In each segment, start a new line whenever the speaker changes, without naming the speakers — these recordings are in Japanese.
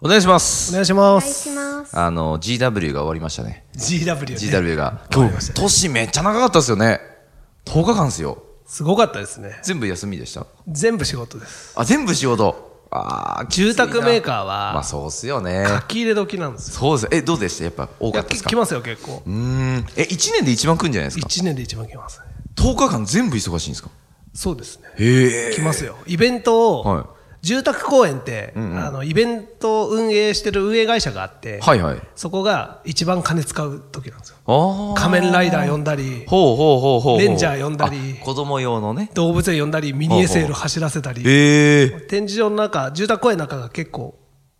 お願いしま
お
す。
願いしま
お願いし
す。
ます。
あの、GW が終わりましたね。
GW ね。
GW が。
終わ
今
りました
日、
ね
年めっちゃ長かったですよね。10日間ですよ。
すごかったですね。
全部休みでした。
全部仕事です。
あ、全部仕事。ああ、
住宅メーカーは
まあそうっすよね。
書き入れ時なんですよ。
そうです。え、どうでしたやっぱ多
い
か
や、
ったで
き
すか
来ますよ、結構
う。ーん。え、1年で一番来るんじゃないですか
1年で一番来ますね。
?10 日間全部忙しいんですか
そうですね。
へえ。
来ますよ。イベント
はい
を、住宅公園って、あの、イベントを運営してる運営会社があって、
はいはい。
そこが一番金使う時なんですよ。
ああ。
仮面ライダー
よ。
呼んだり、
ほうほうほうほうほう。
レンジャー呼んだり
あ子供用のね。
動物園呼んだり、ミニ SL 走らせたり、
へえ。
展示場の中、住宅公園の中が結構、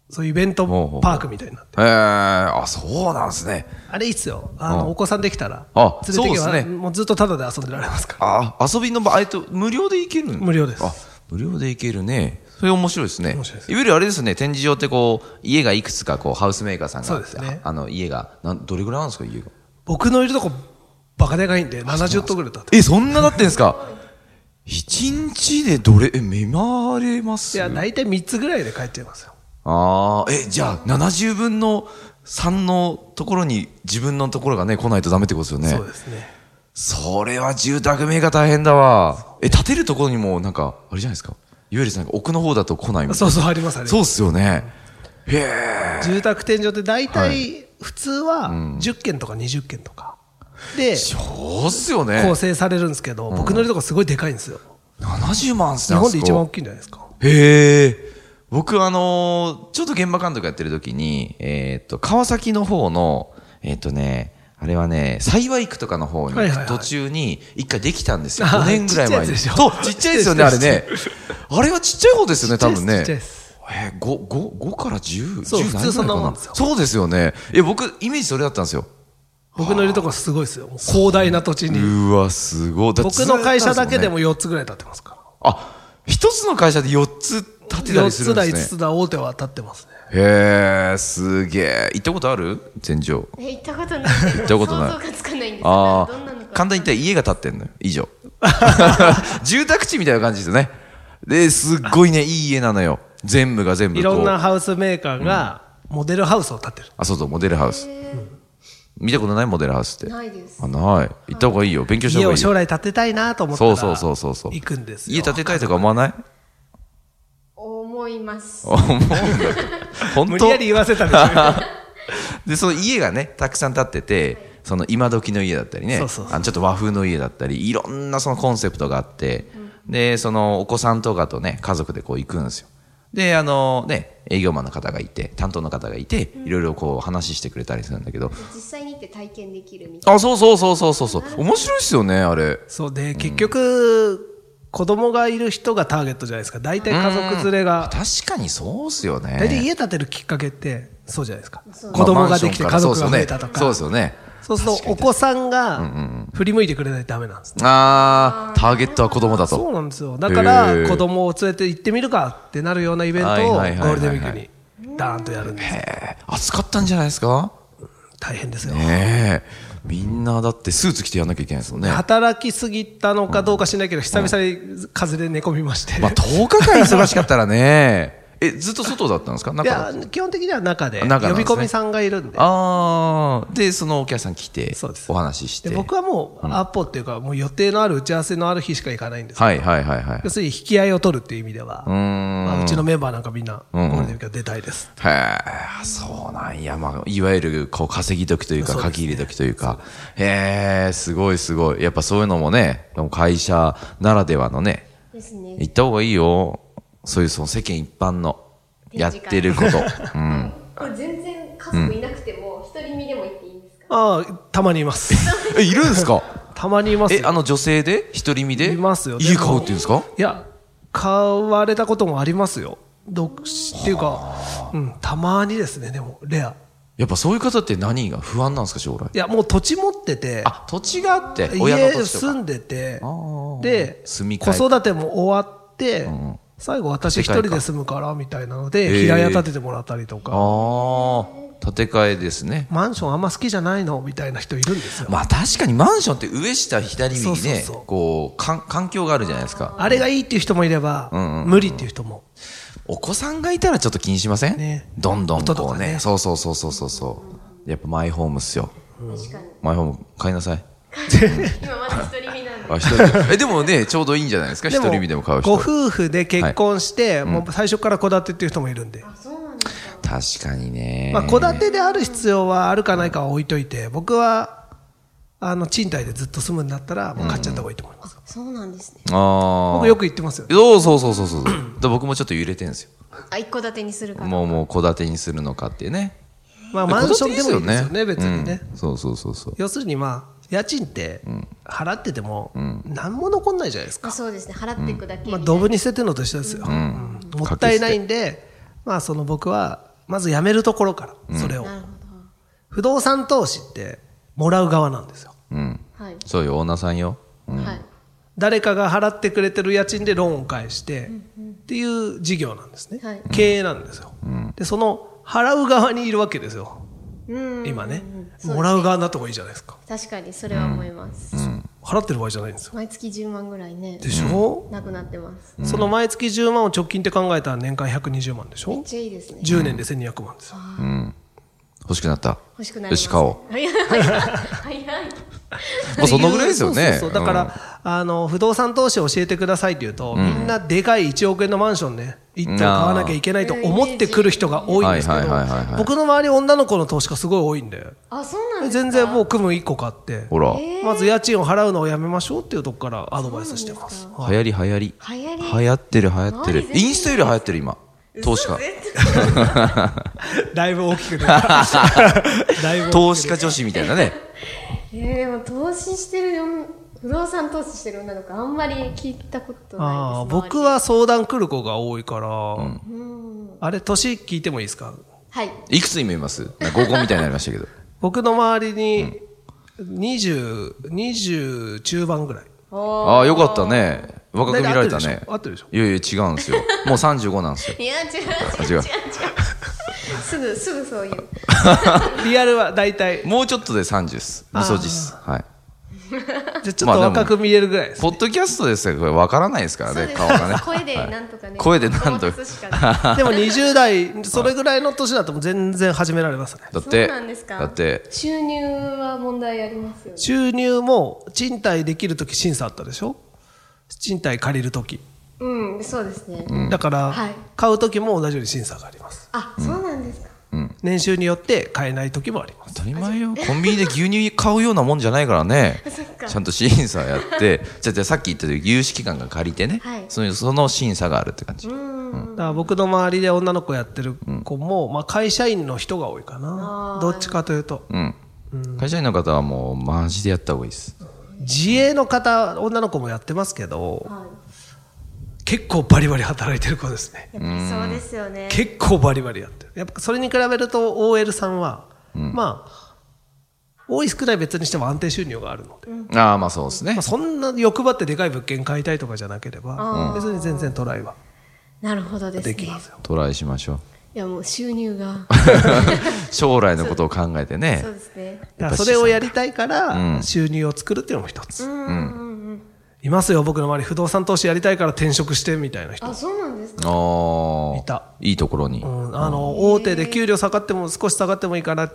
そういうイベント
ほうほうほう
パークみたいになって。
ええあ、そうなんですね。
あれいいっすよ。あの、
うん
お子さんできたら。
あ
連れてけば
そうっすね
もうずっとタダで遊んでられますから。
あ、遊びの場、えっと、無料で行けるん
無料です
あ、無料で行けるね。それ面白いですね。
面白いです
わゆるあれですね、展示場ってこう、家がいくつかこう、ハウスメーカーさんがあって、
そうですね
あの、家が、なんどれぐらいなんですか、家が。
僕のいるとこ、バカでかいんで、70棟ぐらいだった。
え、そんななってんですか 一日でどれ、え、見回れます
いや、大体3つぐらいで帰っちゃいますよ。
ああ、え、じゃあ、70分の3のところに、自分のところがね、来ないとダメってことですよね。
そうですね。
それは住宅メーカー大変だわ。え、建てるところにも、なんか、あれじゃないですか。いわゆるなんか奥の方だと来ないみたいな。
そうそう、あります、あり
そう
ま
っすよね。へえ。
す。住宅天井って大
は
体、普通は10件とか20件とか。で、
そうっすよね
構。成されるんですけど、僕のいるとこすごいでかいんですよ。
70万っす
日
ね。
本で一番
あ
大
そこ
きいんじゃないですか。
へえ。僕、あのーちょっと現場監督やってる時に、えーっと、川崎の方の、えーっとね、あれはね、幸区とかの方に
はい
行
はいは
く
い
途中に、一回できたんですよ。
あー
5年ぐらい前に。
ちっちゃいやつでしょ
そう、ちっちゃいですよね、あれね。あれはちっちゃい方ですよね、多分
ち
ね
っちゃい。です。
えー、5, 5, 5から10、
そう
10
普通そんなもん
ぐ
です
らい
よ
かそうですよね。え、僕、イメージそれだったんですよ。
僕のいるとこすごいですよ。もう広大な土地に。
うわ、すごい。だって
僕の会社だ
ずっとあるんす
けで
んね
も4つぐらい建ってますから。
あ、一つの会社で四つ建てたりするん
4
です
つだ5
ね。
つだ大手は立ってますね
へえ、すげえ。行ったことある天井。
え行ったことない。行
行ったことない
想像がつかないんですけど。
あ
どんなの
あ、簡
か。
単に言ったら家が建ってんのよ。以上。 住宅地みたいな感じですよね。で、すっごいね、いい家なのよ。全部が全部こう。
いろんなハウスメーカーがモデルハウスを建てる、
あ、そうそう、モデルハウス。見たことないモデルハウスって。
ないです。
あ、ない。行った方がいいよ。勉強した
家
方が
を
いいよ
将。来建てたいなと思った
そ
ら
うそうそうそうそう。
行くんですよ
家建てたいとか思わない
思います。
思うんだけど。本当
無理やり言わせたでし ょ
でその家がねたくさん建っててその今時の家だったりね
そうそうそう
あのちょっと和風の家だったりいろんなそのコンセプトがあって、でそのお子さんとかとね家族でこう行くんですよであのね営業マンの方がいて担当の方がいていろいろこう話してくれたりするんだけど、
実際に行って体験できるみたい
あそうそうそうそうそうそう面白いっすよねあれ
そうで結局子供がいる人がターゲットじゃないですか大体家族連れが
確かにそうっすよね
大体家建てるきっかけってそうじゃないですか
そう
子供ができて家族が増えた
そ
と
う
か
ですよね
そうするとお子さんが振り向いてくれないとダメなんですね
あーターゲットは子供だと
そうなんですよだから
へー
子供を連れて行ってみるかってなるようなイベントを
はい
ゴ
はいはいはいはい
ールデンウィークにダーンとやるんですよ
えー暑かったんじゃないですか
大変ですよ
ねえみんなだってスーツ着てやんなきゃいけないですもんね。
働きすぎたのかどうかしないけど、久々に風邪で寝込みまして、
まあ、10日間忙しかったら ね。え、ずっと外だったんですか
い
中だ
や
った
基本的には中で、
中なんですね
呼び込みさんがいるんで、
ああ、で、そのお客さん来て
そうで、す
お話しして。
で僕はもう、アポっていうか、もう予定のある打ち合わせのある日しか行かないんですけど、
はいはいはいはい。
要するに引き合いを取るっていう意味では、
うーん。
まあうちのメンバーなんかみんな、ゴ
ん
ールデンウィークは出たいです。
へえ、そうなんや。まあ、いわゆる、こう、稼ぎ時というか、
そうです
書
ね
き入れ時というか。へえ、すごいすごい。やっぱそういうのもね、でも会社ならではのね、
ですね。
行った方がいいよ。そういう、その世間一般の、やってること。うん。
これ全然家族いなくても、独り身でも行っていいんですか
ああ、たまに います。
え、いるんですか
たまにいますよ
え、あの女性で独り身で
いますよ
家買うっていうんですか
いや、買われたこともありますよ。独身っていうか、うん、たまにですね、でも、レア。
やっぱそういう方って何が不安なんですか、将来。
いや、もう土地持ってて、
あ、土地があって、親の
家
土地と
住
か。
んでて
あー、
で、
住み替
子
え
育ても終わって、
ん
最後私一人で住むから、みたいなので、
へー
平屋建ててもらったりとか、
ああ、建て替えですね。
マンションあんま好きじゃないのみたいな人いるんですよ。
まあ確かにマンションって上下左
そう
右
そう
ね
そう、
こう、かん環境があるじゃないですか。
あれがいいっていう人もいれば、
うんうんうん
無理っていう人も。
お子さんがいたらちょっと気にしません、
ね
どんどん
音と
こ
か
う
ね
ねそうそうそうそうそうそう。やっぱマイホームっすよ。
確かに。
マイホーム買いなさい。
今まだ独り身なんで。
あ、一人 で。え、でもね、ちょうどいいんじゃないですか一人身でも買う
ご
人。確
夫婦で結婚して、もう最初から戸建てっていう人もいるんで、
あ、そうなんですか。
かにね。
まあ、戸建てである必要はあるかないかは置いといて、僕は、あの、賃貸でずっと住むんだったら、もう買っちゃった方がいいと思います。
そうなんですね。
ああ。
僕よく言ってますよね。
そうそうそうそうそう。 で僕もちょっと揺れてるんですよ。
あ、一戸建てにするから。
もうもう戸建てにするのかっていうね。
まあ、マンションでもいいですよね、
戸建
別
て
にね。
うんそうそうそうそう。
要するにまあ家賃って払ってても何も残んないじゃないですか、
あ、そうですね。払っていくだけ。
まあ、ドブに捨ててるのと一緒ですよ、
ん
うんもったいないんで、まあ、その僕はまずやめるところからそれを、
なるほ
不動産投資ってもらう側なんですよ
うん。
ど。はい。
そうよ、オーナーさんよ。
はい。
誰かが払ってくれてる家賃でローンを返してっていう事業なんですね、
はい
経営なんですよ、でその払う側にいるわけですよ
うん。
今ね、
そうですね
もらう側になった方がいいじゃないですか
確かに、それは思います。
払ってる場合じゃないんですよ
毎月10万ぐらいね。
でしょ、
なくなってます。
その毎月10万を直近って考えたら年間120万でし
め
ょ
っちゃいいですね。
10年で1200万ですよ、
欲しくなった。
欲しくな
よ
ります。
し、買おう。
早い。早い。
まあそのぐらいですよね。
そうそうそうだから、
うん
あの不動産投資教えてくださいって言うと、みんなでかい1億円のマンションね一棟買わなきゃいけないと思ってくる人が多いんですけど
はいはいはいはいはい
僕の周り女の子の投資家すごい多いんで
あ、そうなんですか。
全然もう組む1個買って
ほら、
まず家賃を払うのをやめましょうっていうとこからアドバイスしてますはい
流行り流行り。
流行り
流行ってる流行って
何全
る。
然
インスタより流行ってる今。投資家。
だいぶ大きく出た だいぶ
投資家女子みたいな ね。
えー、でも投資してる女不動産投資してる女の子あんまり聞いたこと
あ
な
あ
いです
僕は相談来る子が多いから、
周りうん
あれ年聞いてもいいですか
はい
いくつ今いますなんか合コンみたいになりましたけど。
僕の周りに20、20中盤ぐらい。
お
ああ、よかったね。若く見られたね。
合ってるでしょ合ってるでしょ
いやいや、違うんですよ。もう35なんですよ。
ーいや違う
あ
違う違う違
違
う
う
すぐすぐそういう
リアルは大体、
もうちょっとで30です。みそじっす。はい。
じゃあちょっと
まあでも
若く見えるぐらいです。
ポッドキャストですよ、これ分からないですから
そう
ね
で、す
顔がね。
声でなんとかね
はい声でなんと
ごまかすしか
でも20代、それぐらいの年だともう全然始められますね。
だって、
そうなんですか
だって、
収入は問題ありますよね
収入も賃貸できるとき審査あったでしょ賃貸借りるとき。
うんそうですね、
だから
はい、
買うときも同じように審査があります。
あそうなんですか、
年収によって買えないときもあります。
当たり前よ。コンビニで牛乳買うようなもんじゃないからね
そっか。
ちゃんと審査や って、じゃあじゃあさっき言ったように有識官が借りてね、
はい
そのその審査があるって感じ。
だから僕の周りで女の子やってる子も、まあ会社員の人が多いかな。どっちかというと。
うん。会社員の方はもうマジでやった方がいいです。
自営の方女の子もやってますけど
はい
結構バリバリ働いてる子ですね
やっぱりそうですよね
結構バリバリやってるやっぱそれに比べると OL さんは、まあ多い少ない別にしても安定収入があるので、
ああ、まあそうですね
まあ、。そんな欲張ってでかい物件買いたいとかじゃなければ別に全然トライは
なるほどですね
できますよ
トライしましょう。
いやもう収入が
将来のことを考えてね
そう。ですね
だからそれをやりたいから収入を作るっていうのも一つ、いますよ僕の周り不動産投資やりたいから転職してみたいな人
あそうなんですか
ああ。
いた
いいところに。
うんあの大手で給料下がっても少し下がってもいいから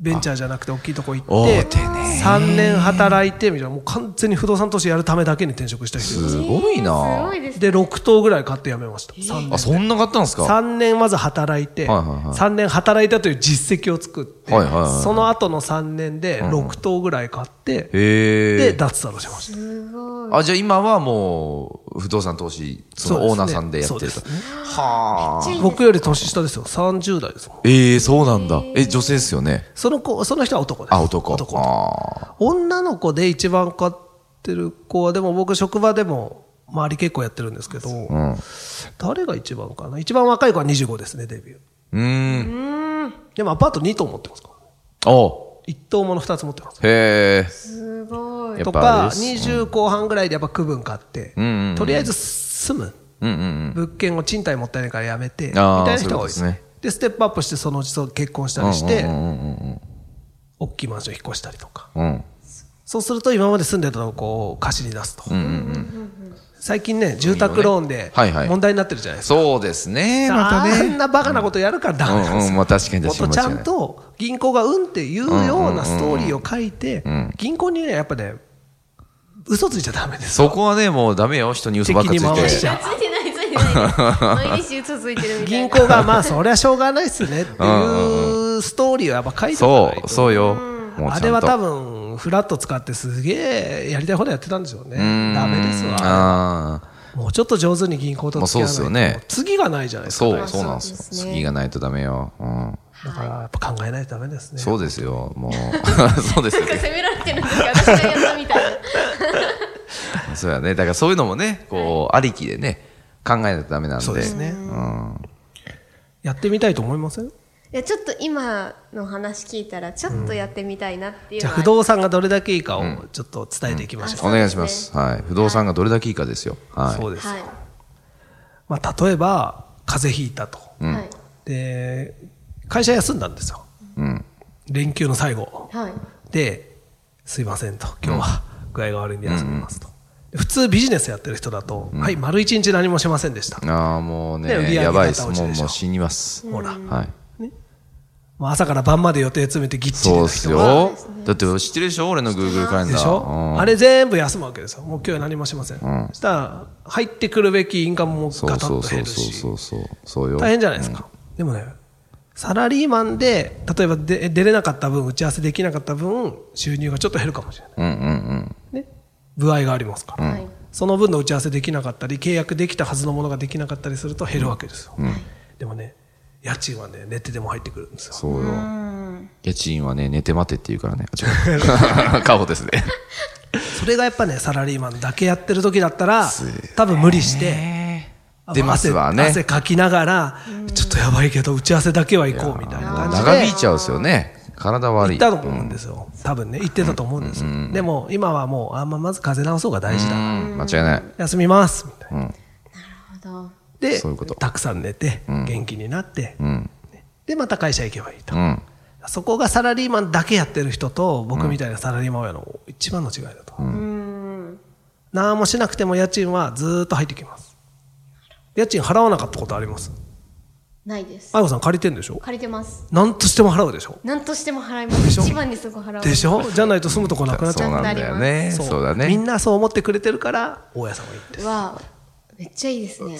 ベンチャーじゃなくて大きいとこ行っ
大
て
手
3年働いてみたいなもう完全に不動産投資やるためだけに転職した人います
すごい
す
な
ごいですね
で6棟ぐらい買って辞めました3
あ、そんな買ったんですか
3年まず働いて、
はいはいはい
3年働いたという実績を作って、
はいはいはい
その後の3年で6棟ぐらい買って、
へえ。
で脱サラしました
すごい
あ、じゃあ今はもう、不動産投資、そのオーナーさんでやってる
そ
と
う。ですね
はあ。
僕より年下ですよ30代ですもん
ええそうなんだ。え、女性ですよね。
その子その人は男です
あ、男。
男
あ
女の子で一番買ってる子はでも僕職場でも周り結構やってるんですけど、
あ。
誰が一番かな一番若い子は25ですねデビュー
うん。うーん。
でもアパート2棟持ってますからね。
お
1棟もの2つ持ってます。
うへえ。
すごい
やっ
と
ぱあれ
か、
です
20後半ぐらいでやっぱ区分買って
んうんうん、
とりあえず住む。
うんうんうん。
物件を賃貸もったいないからやめて、みたい
あー
な人が多いで
そうい
す
うことで
ね
す。
で、ステップアップして、そのうちそう結婚したりして
う、んうんうんうん
大きいマンション引っ越したりとか。
うん。うん
そうすると今まで住んでたとこを貸しに出すと。
うんうん
最近ね、住宅ローンで
はいはい
問題になってるじゃないですか。
そうですね、また
あ
ね
ん。なバカなことやるからダメなんですよ。
うんうんまあ確かに確かに
もっとちゃんと銀行がうんっていうようなストーリーを書いて
んうんうん、
銀行にね、やっぱね、嘘ついちゃダメです。
そこはね、もうダメよ、人に嘘ばっかつ
敵に回し
い
ち
て
ゃ。
ついてないついて ない毎日嘘ついてるみたいな
銀行がまあそりゃしょうがないっすねっていうストーリーをやっぱ書いておか
そ、
ないうと
そうよ。もうちゃんと
あれは多分フラット使ってすげえやりたいほどやってたんでしょうね
うーん
ダメですわ
あ
もうちょっと上手に銀行と付き合わないと、
まあそうですよね
次がないじゃない
あ
ですか
そう、そうなんですよ。
そうですね
次がないとダメよ。うん。
だからやっぱ考えないとダメですね
そうですよ、も う。そうですよ
なんか。責められてるんですよ私がやったみ たいな
そうやね。だからそういうのもね、こう、ありきでね、考えないとダメなんで。
そうですね
うん。
やってみたいと思いません
いやちょっと今の話聞いたらちょっとやってみたいなっていう
じ
の
ゃあ
は、
不動産がどれだけいいかをちょっと伝えていきましょう、
お願いします。はい。不動産がどれだけいいかですよ。はい。
そうです、
はい、
まあ、例えば風邪ひいたと
はい
で会社休んだんですよ
うん。
連休の最後
はい
で、すいませんと、今日は具合が悪いんで休みますと。普通ビジネスやってる人だと、はい、丸一日何もしませんでした。
ああ、もう
で売り上
ね、
げが
やばいです。
倒
も
れて
う、
るでしょ
もう死にます。
ほら。
はい。
もう朝から晩まで予定詰めてぎっちり
そう
な
です
人
よ。だって知ってるでしょ俺の Google カレンダー。
でし
うん
ょあれ全部休むわけですよ。もう今日は何もしません。
ん
そしたら、入ってくるべきインカムも
そ
ガ
う
タ
そ
ッ
う
と
そ
減
う
るし
そ、うそう。そうよ。
大変じゃないですか。でもね、サラリーマンで、例えばで出れなかった分、打ち合わせできなかった分、収入がちょっと減るかもしれな
う
い。
んうん
ね。具合がありますから。
はい
その分の打ち合わせできなかったり、契約できたはずのものができなかったりすると減るわけですよ。でもね、家賃はね、寝てでも入ってくるんですよ。
そうよ。家賃はね、寝て待てって言うからね。あ違う。顔ですね。
それがやっぱね、サラリーマンだけやってる時だったら、多分無理して、あ
出ますわね
汗汗かきながら、ちょっとやばいけど、打ち合わせだけは行こうみたいな
もう
感じ
長引い
で。
ちゃうんですよね。体悪
行
い。
ったと思うんですよ。多分ね、行ってたと思うんですよ。でも、今はもう、あんまあまず風邪直そうが大事だ。
うん間違いない。
休みますみたいな。
なるほど
で、
そういうこと
たくさん寝て、元気になって、
うん。
で、また会社行けばいいと
う。ん。
そこがサラリーマンだけやってる人と、僕みたいなサラリーマン親の一番の違いだと。何もしなくても家賃はずーっと入ってきます。家賃払わなかったことあります。
ないです
あいこさん借りてんでしょ
借りてます
何としても払うでしょ
何としても払います一番にそこ払う
でしょじゃないと住むとこなくなっち
そ
ゃ
う
う。
なんだよね。
そう
そうだ
み
ね
ん。なそう思ってくれてるから、大家さんはいいって。
わあめっちゃいいですね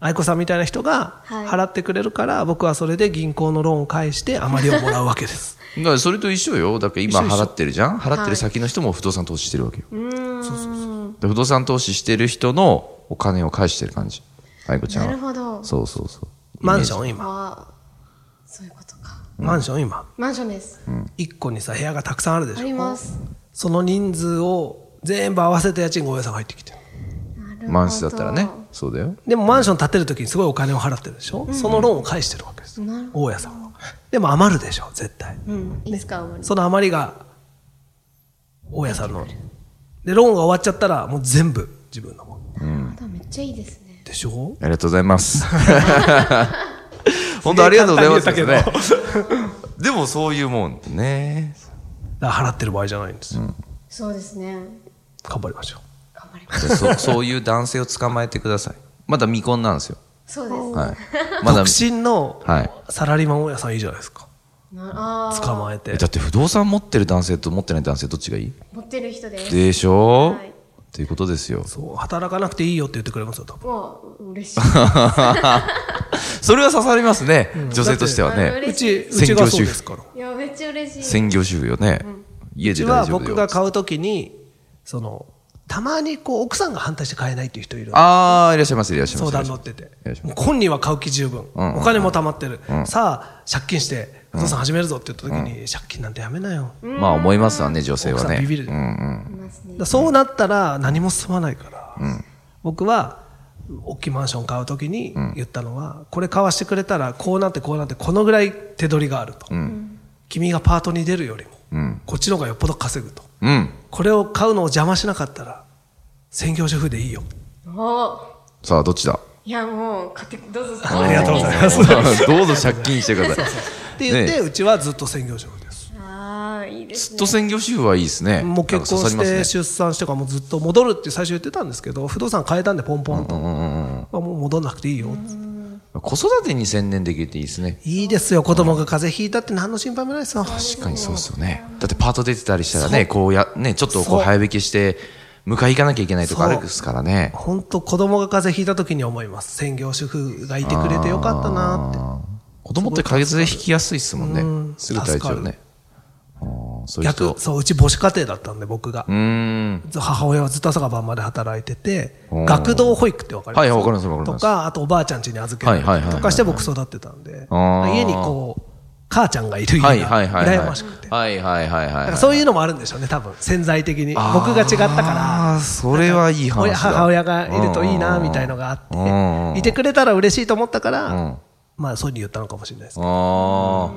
愛子さんみたいな人が
はい
払ってくれるから、僕はそれで銀行のローンを返して、余りをもらうわけで す。
だからそれと一緒よ。だから今
一緒一緒
払ってるじゃん払ってる先の人も不動産投資してるわけよ。で不動産投資してる人のお金を返してる感じ。愛子ちゃん
な
は。
るほど
そうそうそう。
マンショ
ン
ン今。
ああそういうことか
マンション今。
マンションです
1個にさ、部屋がたくさんあるでし
あ
ょ
ります
その人数を全部合わせて家賃が大家さんが入ってきてる
なるほど
マンションだったらね。そうだよ。
でもマンション建てるときにすごいお金を払ってるでしょ、そのローンを返してるわけですよ
なる
大家さんはでも余るでしょ絶対、
うんいつか終わり
その余りが大家さんのでローンが終わっちゃったらもう全部自分のもの
まだめっちゃいいですね
でしょ
ありがとうござい ます。本当ありがとうございます
すげ
で
え簡単に言っ た
すね。でもそういうもんね。
だから払ってる場合じゃないんですよ、
そうですね
頑張りましょう
頑張ります
じゃあそう そういう男性を捕まえてください。まだ未婚なんですよ。
そうです
はい。まだ
独。身の
はい
サラリーマン大家さんいいじゃないですか
なあー
捕まえ
え
て
だって不動産持ってる男性と持ってない男性どっちがいい
持ってる人です
でしょ
はい
ということですよ。
そう働かなくていいよって言ってくれますよ多分
もう嬉しいあ
それは刺さりますね。女性としては
だって
ね。
嬉
う
しい
ちうちがそうですから
いやめっちゃ嬉しい
専業主婦よね。家
うち
で
は
大丈夫
僕
だ
が
よ。
買うときにそのたまにこう奥さんが反対して買えないっていう人いる
あー、いらっしゃいます、いらっしゃいま
相
す。
談乗ってて
よいしょ
もう本人は買う気十分、
んうん
お金も貯まってる、さあ借金して不動産始めるぞって言ったときに、借金なんてやめなよ、だか
まあ思いますわね、女性は
奥さ
ね。
んビビる
うんうん。
いますね
らそうなったら何も進まないから、僕は大きいマンション買うときに言ったのは、これ買わしてくれたらこうなってこうなってこのぐらい手取りがあると、君がパートに出るよりも、
うん
こっちの方がよっぽど稼ぐと
うん。
これを買うのを邪魔しなかったら専業主婦でいいよ
おー
さあ、どっちだ
いやもう買ってどうぞ
ありがとうございます
どうぞ借金してください。
って言って、
ね
うちはずっと専業主婦です
ああいいです
ずっ
ね
と専業主婦はいいですね。
もう結婚し
なんか刺さりま
て
すね
出産してからもうずっと戻るって最初言ってたんですけど不動産変えたんでポンポンと、
うんうんうん
まあもう戻んなくていいよって
子育てに専念できるっていいですね。
いいですよ子供が風邪ひいたって何の心配もないですよ
確かにそうですよね。だってパート出てたりしたらね、こうや、ね、ちょっとこ
そうう
早引きして、迎え行かなきゃいけないとかある
そ
ん
う
ですからね。
本当子供が風邪ひいた時に思います専業主婦がいてくれてよかったなって
子供って風邪引きやすいですもん
う
ね
ん。
すぐ体調
助か
ね。あーそういう人。
逆そううち母子家庭だったんで僕が
うーん。
母親はずっと朝が晩まで働いてて
おー
学童保育ってわかります
はいわかりますわかります
とかあとおばあちゃん家に預けたり
はいはいはいはい
とかして僕育ってたんで
あー
家にこう母ちゃんがいる家が
はいはいはいはい。
羨ましくて
はいはいはいは
だか
い。
らそう
う、
いうのもあるんでしょうね多分潜在的に僕が違ったから
あーそれはいい話
親
だ。
母親がいるといいなみたいのがあ
うんうんう
っ
ん
ていてくれたら嬉しいと思ったか
うん。うん
らまあそういうふうに言ったのかもしれないですね
ああ、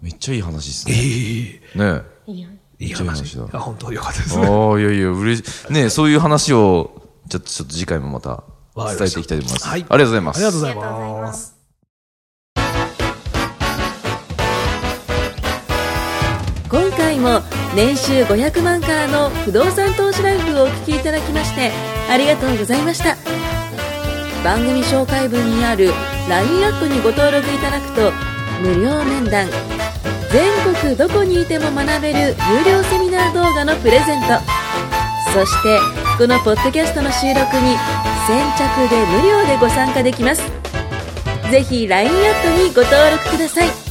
めっちゃいい話です
い
ね。
い
ね
いいよ
いい
いい話
話
だ
あ本当よかったですね
ああ、いやいや、嬉しい。ねそういう話を、ちょっと、ちょっと次回もまた
わかり
伝
ま
え
してた
いきたいと思います。
はい
ありがとうございま
あ
す。
りがとうござい
ありがとうござい
ま
ますす
今回も年収500万からの不動産投資ライフをお聞きいただきましてありがとうございました番組紹介文にある LINE アップにご登録いただくと無料面談全国どこにいても学べる有料セミナー動画のプレゼントそしてこのポッドキャストの収録に先着で無料でご参加できますぜひ LINE アットにご登録ください